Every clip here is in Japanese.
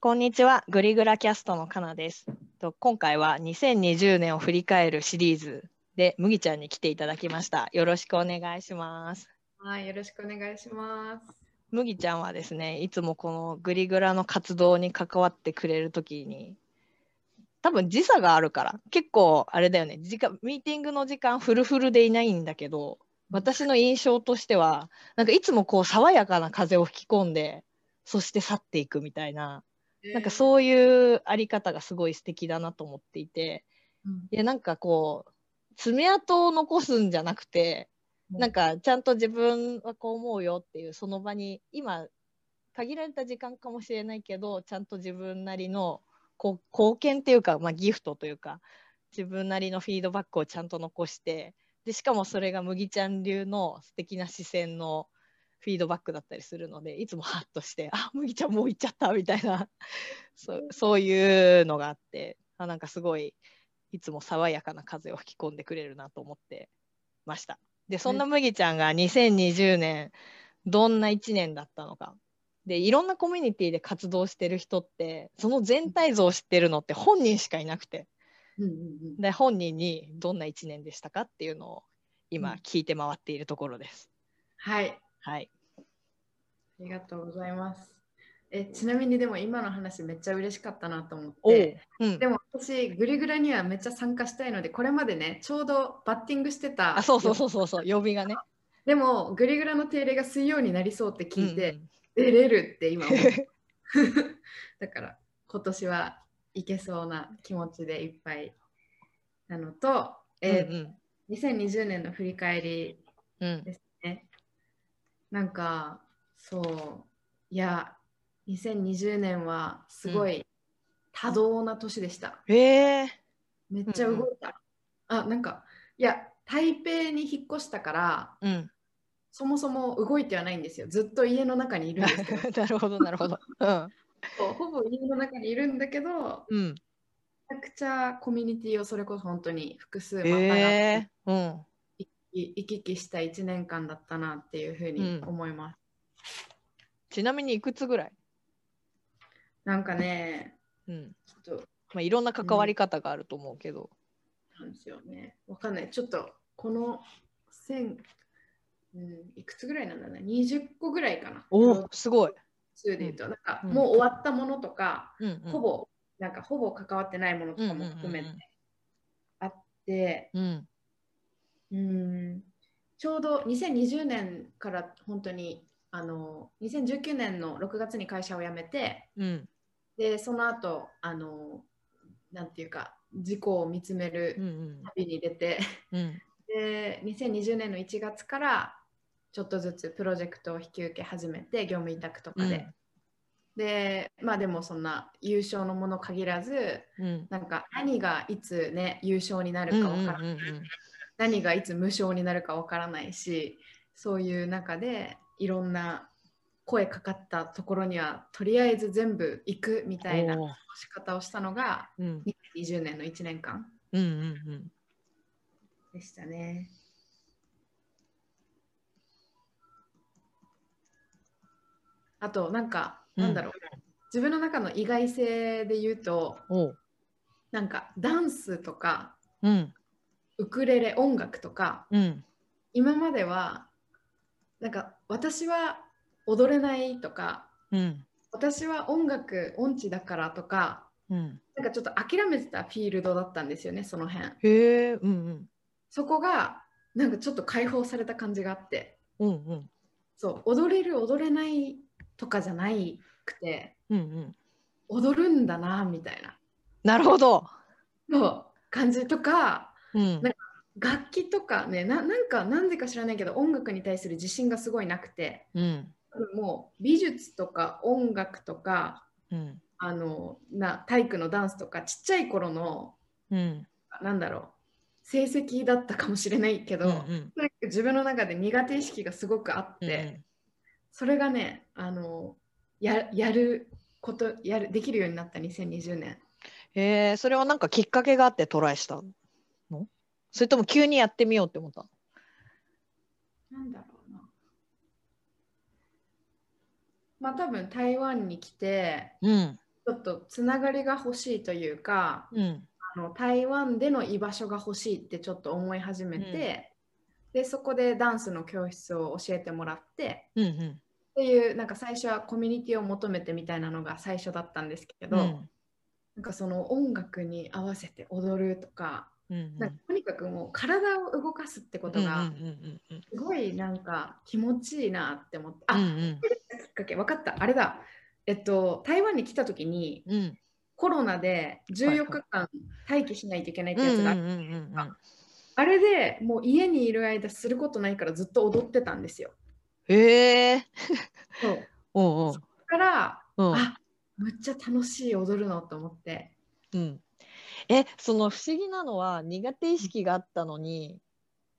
こんにちは、グリグラキャストのかなです。と今回は2020年を振り返るシリーズで麦ちゃんに来ていただきました。よろしくお願いします。はい、よろしくお願いします。麦ちゃんはですね、いつもこのグリグラの活動に関わってくれるときに、多分時差があるから、結構あれだよね、時間ミーティングの時間フルフルでいないんだけど、私の印象としては、なんかいつもこう爽やかな風を吹き込んで、そして去っていくみたいな。なんかそういうあり方がすごい素敵だなと思っていてうん、いやなんかこう爪痕を残すんじゃなくてうんなんかちゃんと自分はこう思うよっていうその場に今限られた時間かもしれないけどちゃんと自分なりのこう貢献っていうか、まあ、ギフトというか自分なりのフィードバックをちゃんと残してでしかもそれが麦ちゃん流の素敵な視線のフィードバックだったりするのでいつもハッとして「あ麦ちゃんもう行っちゃった」みたいな そうそういうのがあってあなんかすごいいつも爽やかな風を吹き込んでくれるなと思ってました。でそんな麦ちゃんが2020年どんな1年だったのかでいろんなコミュニティで活動してる人ってその全体像を知ってるのって本人しかいなくてうんうんうん、で本人にどんな1年でしたかっていうのをう今ん聞いて回っているところです。はい、あはい、りがとうございます。えちなみにでも今の話めっちゃ嬉しかったなと思っおてう、うんで、も私グリグラにはめっちゃ参加したいのでこれまでねちょうどバッティングしてたあそうそうそうそうそう曜日がね。でもグリグラの定例が水曜になりそうって聞いて、うん出れるって今思っ うんた だから今年はいけそうな気持ちでいっぱいなのと、えうんうんー2020年の振り返りうんですね。なんかそういや2020年はすごい多動な年でした。えーめっちゃ動いた。あなんかいや台北に引っ越したからうん、そもそも動いてはないんですよ。ずっと家の中にいるんですけ どなるほどなるほど。うんそうほぼ家の中にいるんだけどめうん、ちゃくちゃコミュニティをそれこそ本当に複数またがってえー行き来した1年間だったなっていうふうに思います。うん、ちなみにいくつぐらい、なんかねうんちょっとまあ、いろんな関わり方があると思うけど。なんですよね。わかんない。ちょっとこの1000、うん、いくつぐらいなんだろうな ?20 個ぐらいかな。おおすごい。数で言うと、なんかうんもう終わったものとか、うんうん、ほぼ、なんかほぼ関わってないものとかも含めてあって、うんうんうんうん、ちょうど2020年から本当に、あの、2019年の6月に会社を辞めて、うんうんで、その後、あの、なんていうか、事故を見つめうんる旅に出て、うんうんで2020年の1月からちょっとずつプロジェクトを引き受け始めて業務委託とかで、でまあでもそんな優勝のもの限らずうんなんか何がいつね優勝になうんうるんかわからない、何がいつ無償になるかわからないしそういう中でいろんな声かかったところにはとりあえず全部行くみたいなおー仕方をしたのがうん2020年の1年間うんうんうんでしたね。あとなんか、うんなんだろう自分の中の意外性で言うとおうなんかダンスとかうんウクレレ音楽とかうん今まではなんか私は踊れないとかうん私は音楽音痴だからとかうんなんかちょっと諦めてたフィールドだったんですよねその辺へえうんそこがなんかちょっと解放された感じがあってうんうんうんそう踊れる踊れないとかじゃないくてうんうん踊るんだなみたいななるほど。そう感じとかうんなん楽器とかねななんかなんでか知らないけど音楽に対する自信がすごいなくてうんもう美術とか音楽とかうんあのな体育のダンスとかちっちゃい頃のうんなんだろう成績だったかもしれないけうど、んうんとにかく自分の中で苦手意識がすごくあって。うんそれがね、あのややることやるできるようになった2020年。えー、それはなんかきっかけがあってトライしたのそれとも急にやってみようって思ったのなんだろうな。まあ多分台湾に来てうん。ちょっとつながりが欲しいというか、うんあの台湾での居場所が欲しいってちょっと思い始めて、でそこでダンスの教室を教えてもらってうんうんっていうなんか最初はコミュニティを求めてみたいなのが最初だったんですけど、うんなんかその音楽に合わせて踊るとか,、うんなんかとにかくもう体を動かすってことがうんうんうんすごいなんか気持ちいいなって思って、あうんきっかけ分かったあれだえっと台湾に来た時にうんうんコロナで14日間待機しないといけないってやつがあ,、うんうんうんうんうんあれでもう家にいる間することないからずっと踊ってたんですよ。へえそうおうだからおううんあむっちゃ楽しい踊るのと思ってうんえその不思議なのは苦手意識があったのに、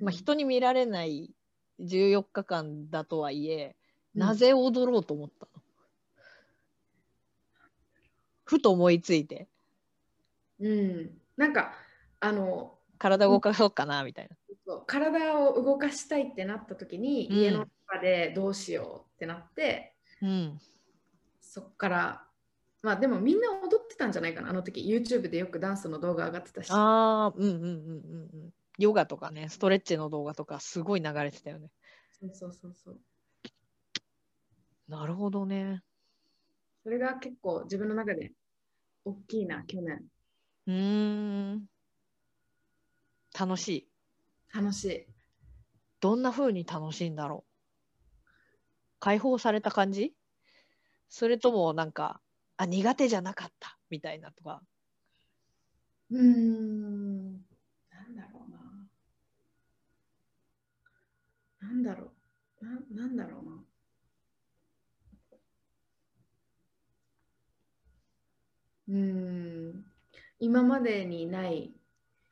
まあ、人に見られない14日間だとはいえなぜ踊ろうと思ったの、ふと思いついてうん、なんかあの体動かそうかなみたいな。そう体を動かしたいってなった時に、うん家の中でどうしようってなってうんそっからまあでもみんな踊ってたんじゃないかなあの時 YouTube でよくダンスの動画上がってたしああ、うんうんうんうんうん。ヨガとかね、ストレッチの動画とか、すごい流れてたよね。そうそうそうそうなるほどね。それが結構自分の中で大きいな去年うーん。楽しい。楽しいどんな風に楽しいんだろう。解放された感じそれともなんか、あ、苦手じゃなかったみたいなとか。うーんなんだろうななんだろうななんだろうなうーん今までにない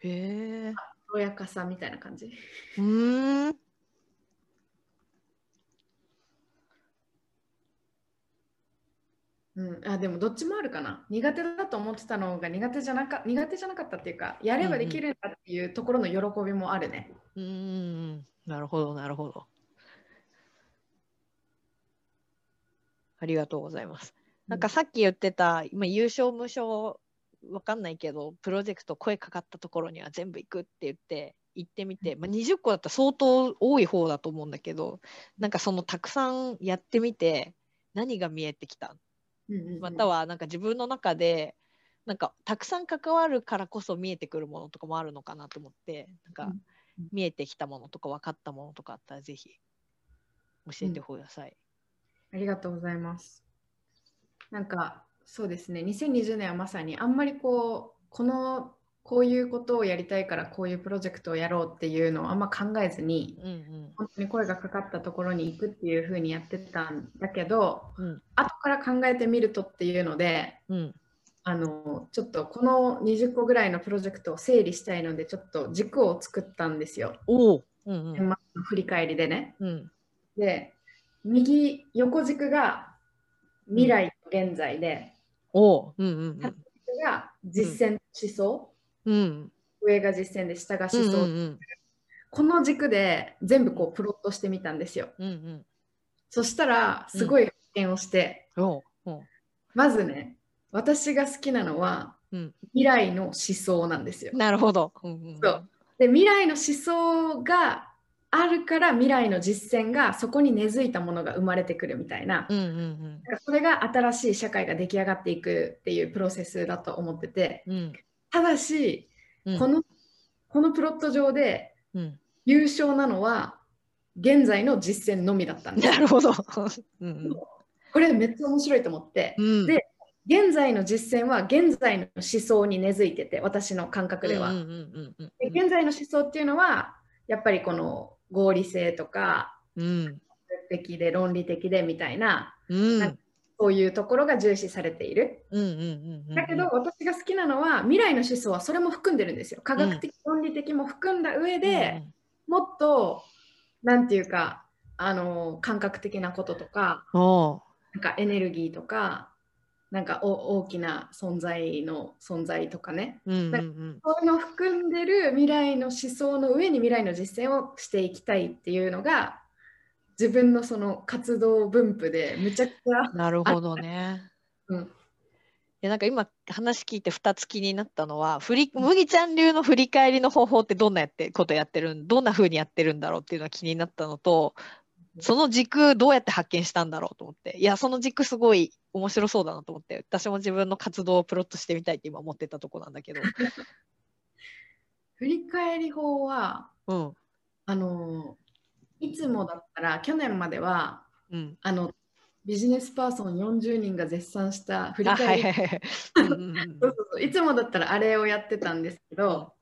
へえ。おやかさみたいな感じうーん。うん、あでもどっちもあるかな苦手だと思ってたのが苦手じゃなか苦手じゃなかったっていうかやればできるんだっていうところの喜びもあるね、うーん。なるほど、なるほど。ありがとうございます。なんかさっき言ってた、今優勝無償わかんないけどプロジェクト声かかったところには全部行くって言って行ってみて、まあ、20個だったら相当多い方だと思うんだけどなんかそのたくさんやってみて何が見えてきたうんうんうんまたはなんか自分の中でなんかたくさん関わるからこそ見えてくるものとかもあるのかなと思ってなんかうん見えてきたものとか分かったものとかあったらぜひ教えてください。ありがとうございます。なんかそうですね2020年はまさにあんまりこうこのこういうことをやりたいからこういうプロジェクトをやろうっていうのをあんま考えずにうんうん本当に声がかかったところに行くっていう風にやってたんだけど、うん後から考えてみるとっていうのでうんあのちょっとこの20個ぐらいのプロジェクトを整理したいのでちょっと軸を作ったんですよおううんうん振り返りでね。うんで右横軸が未来と現在で。おう、うんうんが実践思想、うん。うん。上が実践で下がうん思想、うんこの軸で全部こうプロットしてみたんですようん。うんそしたらすごい発見をして、うん。おうおう。まずね私が好きなのは、うん未来の思想なんですよなるほど。うんうんそうで未来の思想があるから未来の実践がそこに根付いたものが生まれてくるみたいな、うんうんそれが新しい社会が出来上がっていくっていうプロセスだと思っててうん。うんただし、うん。このこのプロット上でうん。優勝なのは現在の実践のみだったんでなするほど。うんこれめっちゃ面白いと思ってうん。うんで現在の実践は現在の思想に根付いてて私の感覚では、うんうんうんで現在の思想っていうのはやっぱりこの合理性とかうん。的で論理的でみたいなうん。なんかそういうところが重視されているうんうんうん。だけど、私が好きなのは未来の思想はそれも含んでるんですよ科学的、論理的も含んだ上うんうんで、、もっとなんていうかあの感覚的なこととかおうなんかエネルギーとかなんかお大きな存在の存在とかねうんうんうん。そういうのを含んでる未来の思想の上に未来の実践をしていきたいっていうのが自分のその活動分布でむちゃくちゃなるほどね。うんやなんか今話聞いて2つ気になったのは振り麦ちゃん流の振り返りの方法ってどんなやってことやってるんどんな風にやってるんだろうっていうのが気になったのとその軸どうやって発見したんだろうと思っていやその軸すごい面白そうだなと思って私も自分の活動をプロットしてみたいって今思ってたとこなんだ けど、振り返り法はうんあのいつもだったら去年まではうん、あのビジネスパーソン40人が絶賛した振りあは返いり、はいはいう んうんうんそうそうそういつもだったらあれをやってたんですけど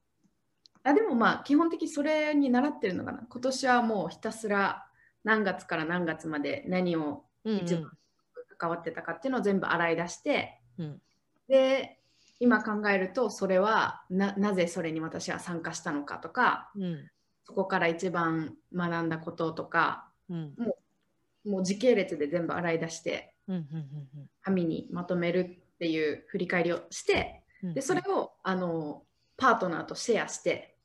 あでもまあ基本的にそれに習ってるのかな今年はもうひたすら何月から何月まで何をうん一番関わってたかっていうのを全部洗い出して、うんで今考えるとそれはななぜそれに私は参加したのかとかうんうんそこから一番学んだこととかうんもう時系列で全部洗い出してうんうんうん紙にまとめるっていう振り返りをしてうんでそれをあのパートナーとシェアして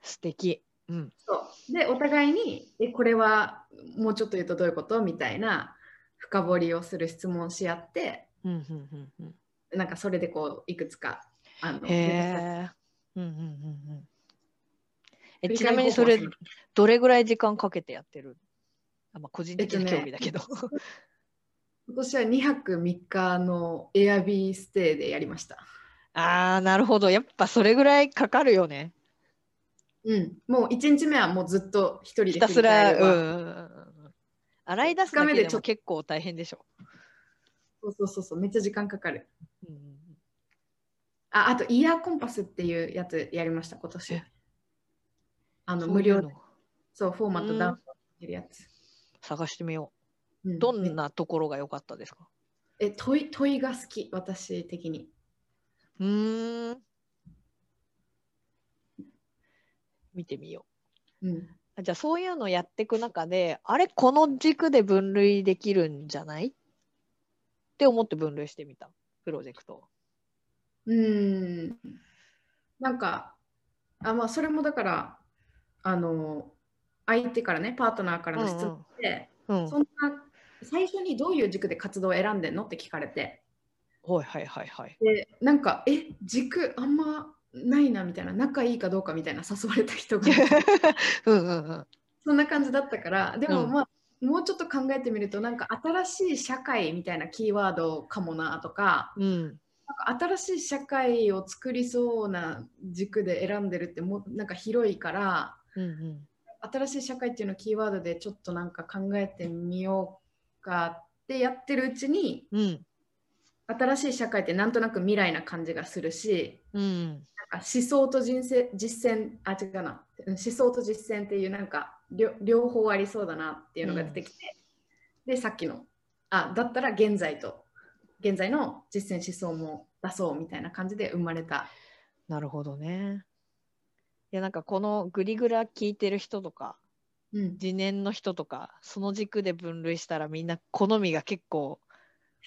素敵うんそうでお互いにえこれはもうちょっと言うとどういうことみたいな深掘りをする質問をし合ってうんうんうんうんなんかそれでこういくつかあのへえ。うんうんうんうん。え振りちな返りみにそ方法はれどれぐらい時間かけてやってる？あまあ個人的なえっとね興味だけど。 今年は2泊3日のエアビーステイでやりました。ああなるほど。やっぱそれぐらいかかるよね。うん、もう1日目はもうずっと一人でひたすら。振りうん返うんうればんうん。洗い出すだけ二日目ででちょも結構大変でしょ。そうそうそうそうめっちゃ時間かかる。うんうんうんああとイヤーコンパスっていうやつやりました今年え。あそのういう無料のそうフォーマッうトんダウンロードできるやつ。探してみようう。んどんなところが良かったですか？え問い問いが好き私的に。うーん。見てみよう。うん、あじゃあそういうのやっていく中であれこの軸で分類できるんじゃないって思って分類してみたプロジェクトを。うんなんかあまあそれもだからあの相手からねパートナーからの質問で。うんそんな最初にどういう軸で活動を選んでんのって聞かれてはいはいはいはい。でなんかえ軸あんまないなみたいな仲いいかどうかみたいな誘われた 人が うんうんうん。そんな感じだったからでうもんまあ、もうちょっと考えてみるとなんか新しい社会みたいなキーワードかもなとかうん、なんか新しい社会を作りそうな軸で選んでるってもうなんか広いからうんうん新しい社会っていうのをキーワードでちょっとなんか考えてみようかってやってるうちにうん新しい社会ってなんとなく未来な感じがするしうんなんか思想と人生実践あ違うなうん思想と実践っていうなんか両両方ありそうだなっていうのが出てきて、でさっきのあだったら現在と現在の実践思想も出そうみたいな感じで生まれた。なるほどね。いやなんかこのグリグラ聞いてる人とかうん、次年の人とかその軸で分類したらみんな好みが結構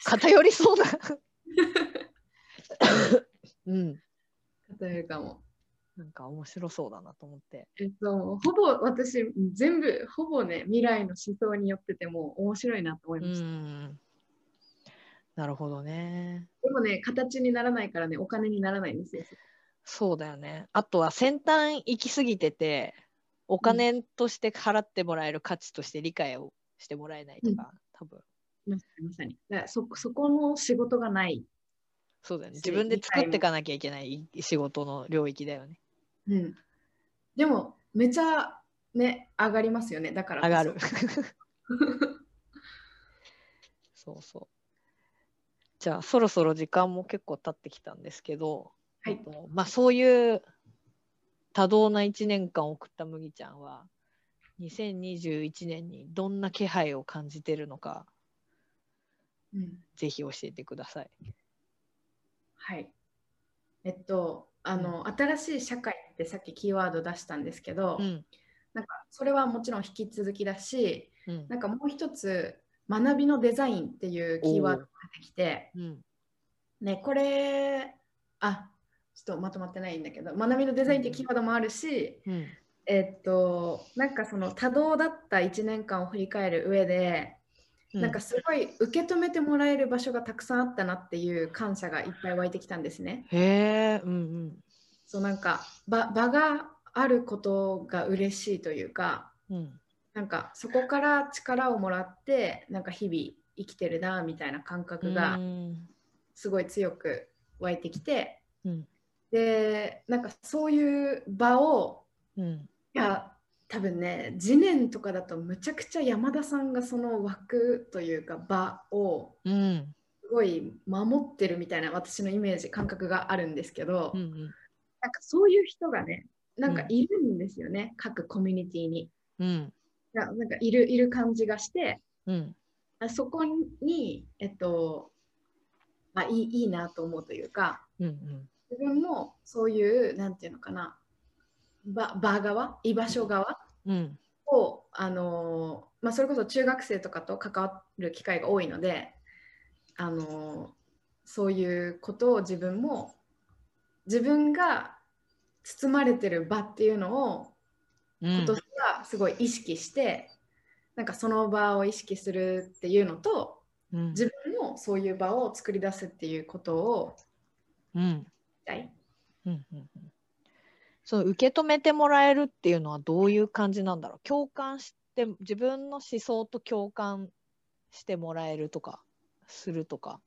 偏りそう な。うん。というかもなんか面白そうだなと思って。えっと、ほぼ私全部ほぼね未来の思想によってても面白いなと思いうました、ん。なるほどね。でもね形にならないからねお金にならないんですよそうだよね。あとは先端行き過ぎてて、お金として払ってもらえる価値として理解をしてもらえないとか、多分まさにまさに。だからそそこの仕事がない。そうだよね。自そう分で作っていかなきゃいけない仕事の領域だよね。うん、でも、めちゃね、上がりますよね。だからこ上そがる。。 そうそう。じゃあそろそろ時間も結構経ってきたんですけど、はいえっとまあ、そういう多動な1年間を送った麦ちゃんは2021年にどんな気配を感じてるのかうん、ぜひ教えてください。はい。えっと、あの、新しい社会ってさっきキーワード出したんですけど、うんなんかそれはもちろん引き続きだし、うんなんかもう一つ、学びのデザインっていうキーワードが出てきて、うんね、これ、あちょっとまとまってないんだけど、学びのデザインってキーワードもあるし、うんえっとなんかその多動だった1年間を振り返る上でうんなんかすごい受け止めてもらえる場所がたくさんあったなっていう感謝がいっぱい湧いてきたんですね。へえうんそうなんか場場があることが嬉しいというかうんうんなんかそこから力をもらってなんか日々生きてるなみたいな感覚がうんすごい強く湧いてきて、うんでなんかそういう場をうんいや多分ね次年とかだとむちゃくちゃ山田さんがその枠というか場をうんすごい守ってるみたいな私のイメージ感覚があるんですけど、うんなんかそういう人がねなんかいるんですよね、各コミュニティにうんななんかいるいる感じがしてうんあそこにえっと、まあ、いいいいなと思うというかうん自分もそういうなんていうのかな場場側居場所側うんを、あのーまあ、それこそ中学生とかと関わる機会が多いので、あのーそういうことを自分も自分が包まれてる場っていうのをうん今年はすごい意識して、なんかその場を意識するっていうのとうん自分もそういう場を作り出すっていうことをうんしたいうんうんうんその受け止めてもらえるっていうのはどういう感じなんだろう共感して自分の思想と共感してもらえるとかするとか。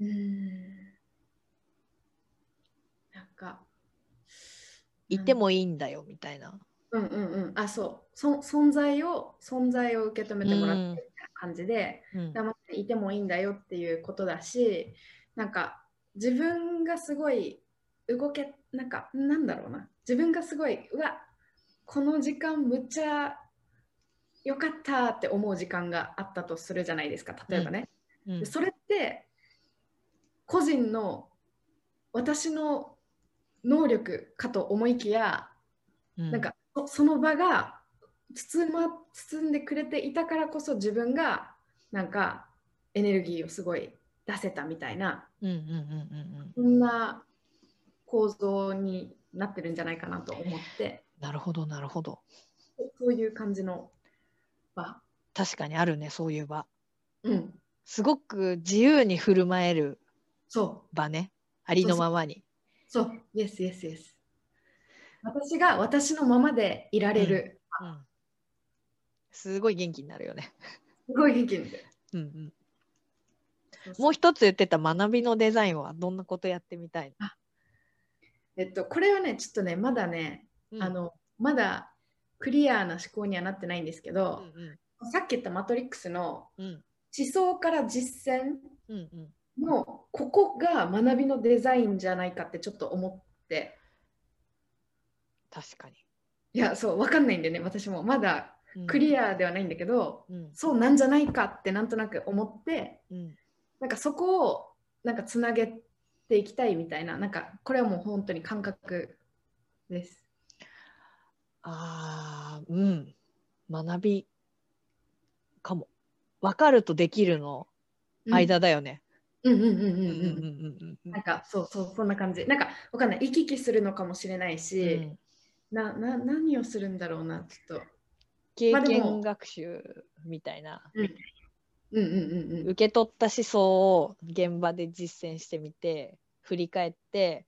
うーんなんかいてもいいんだよみたいな。うんうんうん、あそうそ存在を存在を受け止めてもらってうんみたいな感じで、うん黙っていてもいいんだよっていうことだしなんか自分がすごい動けなんかなんだろうな自分がすごいうわこの時間むっちゃよかったって思う時間があったとするじゃないですか例えばね、うんでそれって個人の私の能力かと思いきやなん、かそその場が包,、ま、包んでくれていたからこそ自分がなんかエネルギーをすごい出せたみたいなうんうんうんうんうん、そんな構造になってるんじゃないかなと思ってなるほどなるほどそそういう感じの場、確かにあるねそういう場うん、すごく自由に振る舞えるそ場ねありのままにうそうイエスイエスイエス私が私のままでいられる、うんすごい元気になるよね、すごい元気になるうんうん、そうそうもう一つ言ってた学びのデザインはどんなことやってみたいえっとこれはねちょっとねまだね、の,あのまだクリアな思考にはなってないんですけど、うん、うんさっき言ったマトリックスのうんうん思想から実践うんうん、のここが学びのデザインじゃないかってちょっと思って確かに、いやそうわかんないんでね私もまだうん、クリアではないんだけど、うんそうなんじゃないかってなんとなく思ってうんなんかそこをなんかつなげていきたいみたいななんかこれはもう本当に感覚です。あーうん学びかも分かるとできるのうん間だよね、うんうんうんうんううんうんうんんうんうんなんかそうそうそんな感じなんかわかんない行き来するのかもしれないし、うんなな何をするんだろうなちょっと経まあでも験学習みたいな、うんうんうんうん受け取った思想を現場で実践してみて振り返って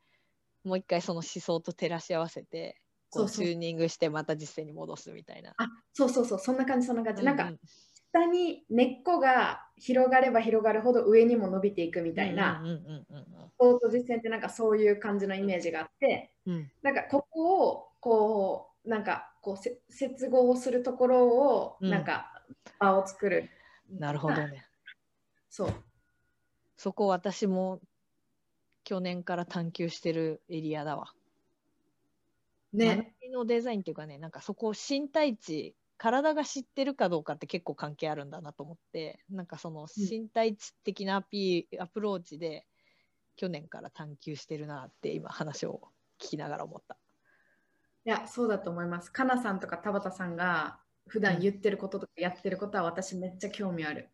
もう一回その思想と照らし合わせてこそううそうチューニングしてまた実践に戻すみたいな。あそうそうそうそんな感じそんな感じ、なんうか下に根っこが広がれば広がるほど上にも伸びていくみたいなうんうんうんうん思想と実践ってなんかそういう感じのイメージがあってうんうんなんかここをこうなんかこうせ接合するところをうんなんか場を作る、なるほどね。そうそこ私も去年から探求してるエリアだわ。ね、学びのデザインっていうかねなんかそこを身体値体が知ってるかどうかって結構関係あるんだなと思ってなんかそのうん身体値的なアピーアプローチで去年から探求してるなって今話を聞きながら思った。いやそうだと思いますかなさんとか田畑さんが普段言ってることとかやってることは私めっちゃ興味ある、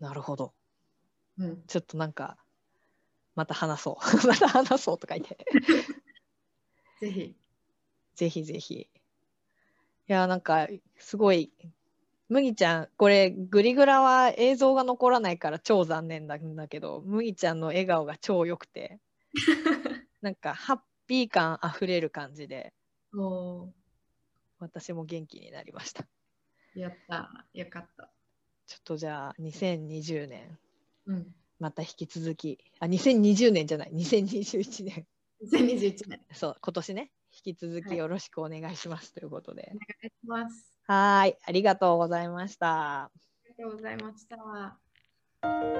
なるほどうん、ちょっとなんかまた話そう また話そうとか言ってぜひぜひぜひいやなんかすごい麦ちゃんこれグリグラは映像が残らないから超残念なんだけど麦ちゃんの笑顔が超良く てなんかハッピー感あふれる感じでお私も元気になりましたーやった、よかった。ちょっとじゃあ2020年うん。また引き続きあ2020年じゃない2021年 2021年。 そう今年ね引き続はきいよろしくお願いしますということでお願いします。はーいありがとうございましたありがとうございました。